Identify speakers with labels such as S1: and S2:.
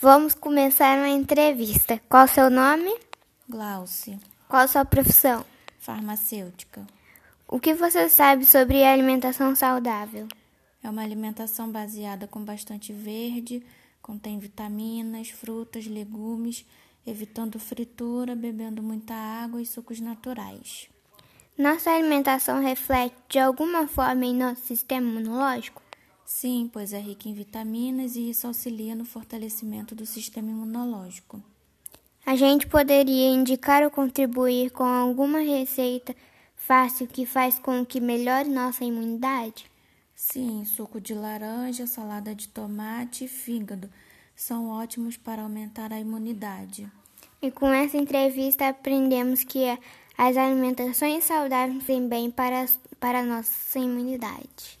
S1: Vamos começar uma entrevista. Qual o seu nome?
S2: Glaucio,
S1: Qual a sua profissão?
S2: farmacêutica.
S1: O que você sabe sobre alimentação saudável?
S2: É uma alimentação baseada com bastante verde, contém vitaminas, frutas, legumes, evitando fritura, bebendo muita água e sucos naturais.
S1: Nossa alimentação reflete de alguma forma em nosso sistema imunológico?
S2: Sim, pois é rica em vitaminas e isso auxilia no fortalecimento do sistema imunológico.
S1: A gente poderia indicar ou contribuir com alguma receita fácil que faz com que melhore nossa imunidade?
S2: Sim, suco de laranja, salada de tomate e fígado são ótimos para aumentar a imunidade.
S1: E com essa entrevista aprendemos que as alimentações saudáveis têm bem para, para a nossa imunidade.